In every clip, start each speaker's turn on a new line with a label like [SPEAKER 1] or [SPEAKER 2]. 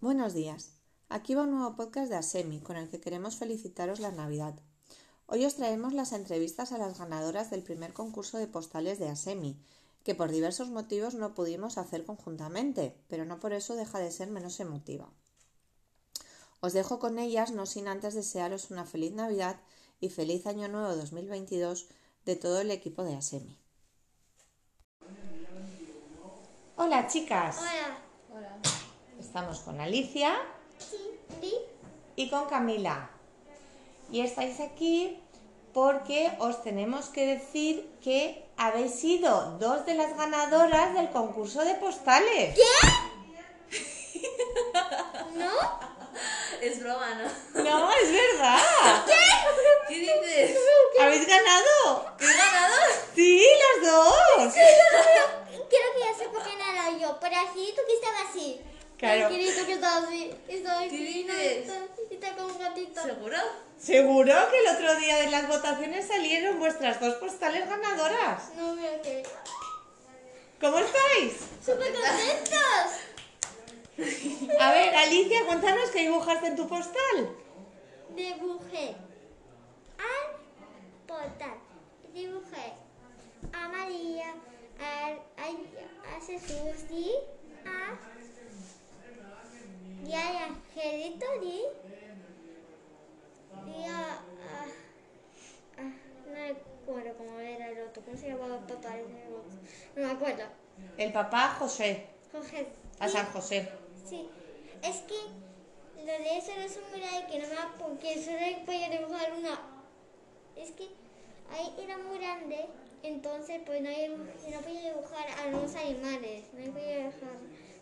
[SPEAKER 1] Buenos días. Aquí va un nuevo podcast de ASEMI con el que queremos felicitaros la Navidad. Hoy os traemos las entrevistas a las ganadoras del primer concurso de postales de ASEMI, que por diversos motivos no pudimos hacer conjuntamente, pero no por eso deja de ser menos emotiva. Os dejo con ellas, no sin antes desearos una feliz Navidad y feliz Año Nuevo 2022 de todo el equipo de ASEMI. Hola chicas,
[SPEAKER 2] Hola.
[SPEAKER 1] estamos con Alicia y con Camila. Y estáis aquí porque os tenemos que decir que habéis sido dos de las ganadoras del concurso de postales.
[SPEAKER 2] ¿No?
[SPEAKER 3] Es broma, ¿no?
[SPEAKER 1] No, es verdad.
[SPEAKER 3] ¿Qué dices?
[SPEAKER 1] ¿Habéis ganado?
[SPEAKER 3] ¿Que he ganado?
[SPEAKER 1] Sí, las dos.
[SPEAKER 2] Creo que ya sé por qué no era yo. Pero así, tú que estabas así.
[SPEAKER 1] Claro.
[SPEAKER 2] El querido que estaba así. Estaba
[SPEAKER 3] ¿Qué
[SPEAKER 2] aquí. no,
[SPEAKER 3] dices?
[SPEAKER 2] está- Está con un gatito.
[SPEAKER 3] ¿Seguro?
[SPEAKER 1] Seguro que el otro día de las votaciones salieron vuestras dos postales ganadoras.
[SPEAKER 2] No veo que.
[SPEAKER 1] ¿Cómo estáis?
[SPEAKER 2] ¡Súper contentos!
[SPEAKER 1] A ver, Alicia, cuéntanos qué dibujaste en tu postal.
[SPEAKER 2] Dibujé al portal. Dibujé a María, a, a, a Jesús y a. Y a Angelito y. Y a. a- a- no me acuerdo cómo era el otro. ¿Cómo se llamaba el papá del otro? No me acuerdo.
[SPEAKER 1] El papá José,
[SPEAKER 2] Jorge.
[SPEAKER 1] a San José.
[SPEAKER 2] Sí, es que lo de eso no es un mural que no me da porque solo podía dibujar una. Es que ahí era muy grande, entonces pues no, dibu- no podía dibujar a los animales, no podía dibujar.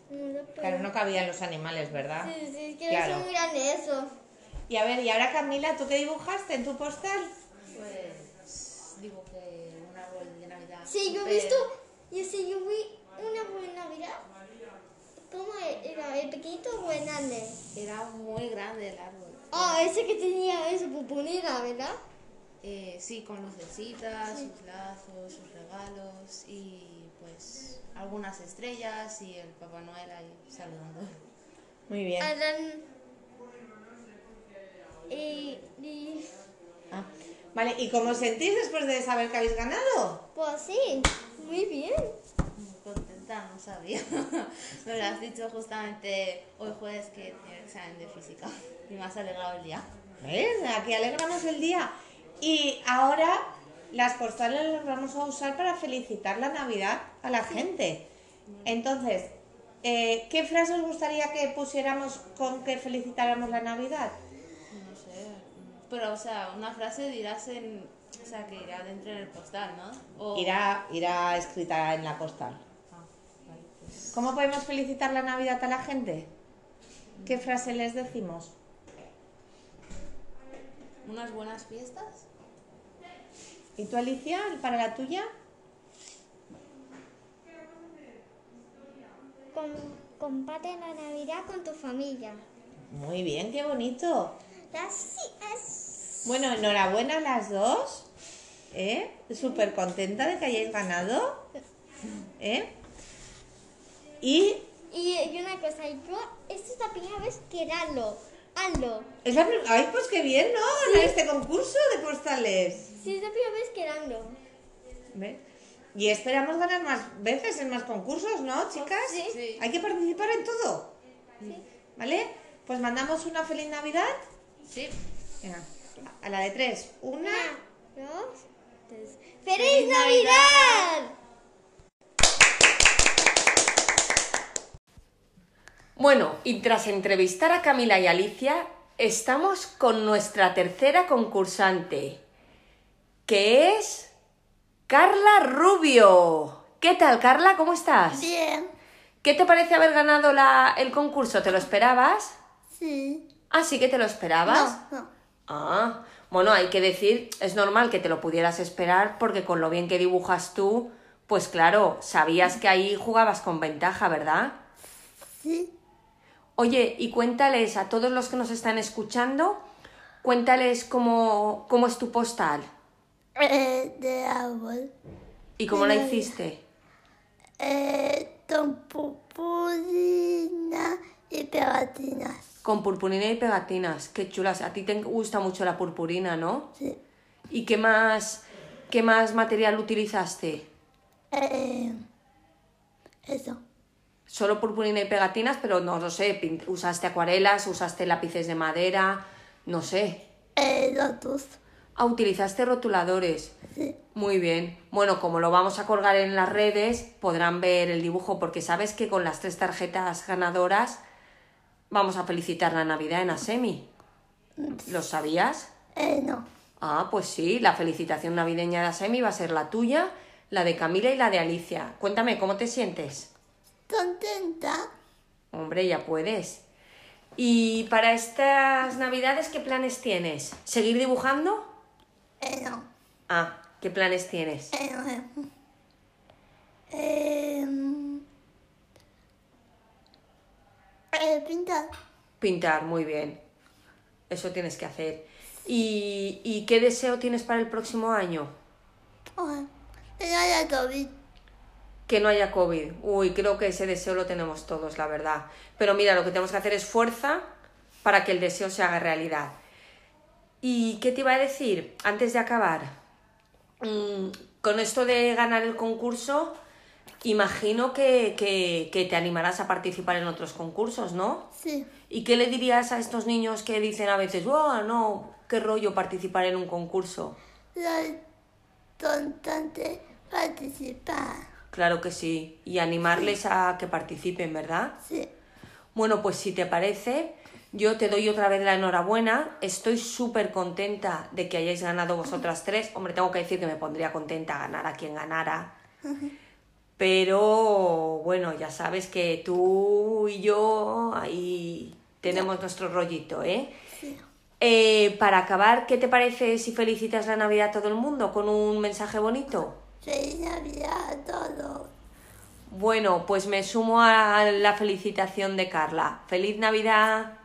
[SPEAKER 2] No lo podía-
[SPEAKER 1] Claro, no cabían los animales, ¿verdad?
[SPEAKER 2] Sí, sí, es que
[SPEAKER 1] claro.
[SPEAKER 2] es muy grande eso.
[SPEAKER 1] Y a ver, y ahora Camila, ¿tú qué dibujaste en tu postal?
[SPEAKER 3] Pues dibujé un árbol de Navidad.
[SPEAKER 2] Sí, yo he
[SPEAKER 3] súper-
[SPEAKER 2] visto, yo sí, yo vi una buena Navidad. ¿Cómo era? ¿El pequeñito o el grande?
[SPEAKER 3] Era muy grande el árbol.
[SPEAKER 2] Ah, ese que tenía eso, pupunera, ¿verdad?
[SPEAKER 3] Eh, sí, con lucecitas, sus lazos, sus regalos y pues algunas estrellas y el Papá Noel ahí saludando.
[SPEAKER 1] Muy bien.
[SPEAKER 2] Ah. Adán y, y-
[SPEAKER 1] Ah, Vale, ¿y cómo os sentís después de saber que habéis ganado?
[SPEAKER 2] pues sí, muy bien.
[SPEAKER 3] Muy contenta, no sabía. Me lo has dicho justamente hoy jueves que tenía examen de física y me has alegrado el día.
[SPEAKER 1] ¿Ves? Aquí alegramos el día. Y ahora las postales las vamos a usar para felicitar la Navidad a la gente. Entonces, eh, ¿qué frase os gustaría que pusiéramos con que felicitáramos la Navidad?
[SPEAKER 3] No sé. Pero, o sea, una frase dirás en. O sea, que irá dentro en el postal, ¿no? O...
[SPEAKER 1] Irá, irá escrita en la postal.
[SPEAKER 3] Ah, vale, pues.
[SPEAKER 1] ¿Cómo podemos felicitar la Navidad a la gente? ¿Qué frase les decimos?
[SPEAKER 3] Unas buenas fiestas.
[SPEAKER 1] ¿Y tú, Alicia, para la tuya?
[SPEAKER 2] Com- comparte la Navidad con tu familia.
[SPEAKER 1] Muy bien, qué bonito.
[SPEAKER 2] Así es.
[SPEAKER 1] Bueno, enhorabuena a las dos. ¿Eh? Súper contenta de que hayáis ganado. ¿Eh? Y
[SPEAKER 2] Y, y una cosa, yo, esta es la primera vez que hazlo. Hazlo.
[SPEAKER 1] es la prim- ¡Ay, pues qué bien, ¿no? Ganar este concurso de postales.
[SPEAKER 2] Sí, es la primera vez que hazlo.
[SPEAKER 1] ¿Ves? Y esperamos ganar más veces en más concursos, ¿no, chicas?
[SPEAKER 3] Sí.
[SPEAKER 1] Hay que participar en todo.
[SPEAKER 2] Sí.
[SPEAKER 1] ¿Vale? Pues mandamos una feliz Navidad.
[SPEAKER 3] Sí.
[SPEAKER 1] Venga, a la de tres. Una.
[SPEAKER 2] Una, dos, tres. ¡Feliz Navidad!
[SPEAKER 4] Bueno, y tras entrevistar a Camila y Alicia, estamos con nuestra tercera concursante, que es Carla Rubio. ¿Qué tal, Carla? ¿Cómo estás?
[SPEAKER 2] Bien.
[SPEAKER 4] ¿Qué te parece haber ganado la- el concurso? ¿Te lo esperabas?
[SPEAKER 2] Sí.
[SPEAKER 4] Ah, sí que te lo esperabas.
[SPEAKER 2] no.
[SPEAKER 4] Ah, bueno, hay que decir, es normal que te lo pudieras esperar porque con lo bien que dibujas tú, pues claro, sabías que ahí jugabas con ventaja, ¿verdad?
[SPEAKER 2] Sí.
[SPEAKER 4] Oye, y cuéntales a todos los que nos están escuchando, cuéntales cómo, cómo es tu postal
[SPEAKER 5] Eh, de árbol.
[SPEAKER 4] y cómo la
[SPEAKER 2] Eh,
[SPEAKER 4] hiciste.
[SPEAKER 5] Eh, con purpurina y pegatinas.
[SPEAKER 4] Con purpurina y pegatinas. Qué chulas. A ti te gusta mucho la purpurina, ¿no?
[SPEAKER 5] Sí.
[SPEAKER 4] ¿Y qué más, qué más material utilizaste?
[SPEAKER 5] Eh, eso.
[SPEAKER 4] Solo purpurina y pegatinas, pero no lo sé. pin- Usaste acuarelas, usaste lápices de madera, no sé.
[SPEAKER 5] Eh, lotus.
[SPEAKER 4] Ah, utilizaste rotuladores.
[SPEAKER 5] Sí.
[SPEAKER 4] Muy bien. Bueno, como lo vamos a colgar en las redes, podrán ver el dibujo, porque sabes que con las tres tarjetas ganadoras vamos a felicitar la Navidad en Asemi. ¿Lo sabías?
[SPEAKER 5] Eh, no.
[SPEAKER 4] Ah, pues sí, la felicitación navideña de Asemi va a ser la tuya, la de Camila y la de Alicia. Cuéntame, ¿cómo te sientes?
[SPEAKER 5] Contenta.
[SPEAKER 4] Hombre, ya puedes. ¿Y para estas Navidades qué planes tienes? ¿Seguir dibujando?
[SPEAKER 5] Eh, no.
[SPEAKER 4] Ah, ¿qué planes tienes?
[SPEAKER 5] Eh, no. eh. Eh, eh, pintar.
[SPEAKER 4] Pintar, muy bien. Eso tienes que hacer. ¿Y, y qué deseo tienes para el próximo año?
[SPEAKER 5] Ojalá. Era la COVID.
[SPEAKER 4] Que no haya COVID. Uy, creo que ese deseo lo tenemos todos, la verdad. Pero mira, lo que tenemos que hacer es fuerza para que el deseo se haga realidad. ¿Y qué te iba a decir antes de acabar? mm, con esto de ganar el concurso, imagino que, que- que te animarás a participar en otros concursos, ¿no?
[SPEAKER 5] Sí.
[SPEAKER 4] ¿Y qué le dirías a estos niños que dicen a veces, oh, no, qué rollo participar en un concurso?
[SPEAKER 5] Los tontantes participar.
[SPEAKER 4] Claro que sí, y animarles a que participen, ¿verdad?
[SPEAKER 5] Sí.
[SPEAKER 4] Bueno, pues si te parece, yo te doy otra vez la enhorabuena. Estoy súper contenta de que hayáis ganado vosotras tres. Hombre, tengo que decir que me pondría contenta ganar a quien ganara. Pero bueno, ya sabes que tú y yo ahí tenemos nuestro rollito, ¿eh?
[SPEAKER 5] Sí.
[SPEAKER 4] Eh, para acabar, ¿qué te parece si felicitas la Navidad a todo el mundo con un mensaje bonito?
[SPEAKER 5] Feliz Navidad a todos.
[SPEAKER 4] Bueno, pues me sumo a la felicitación de Carla. ¡Feliz Navidad!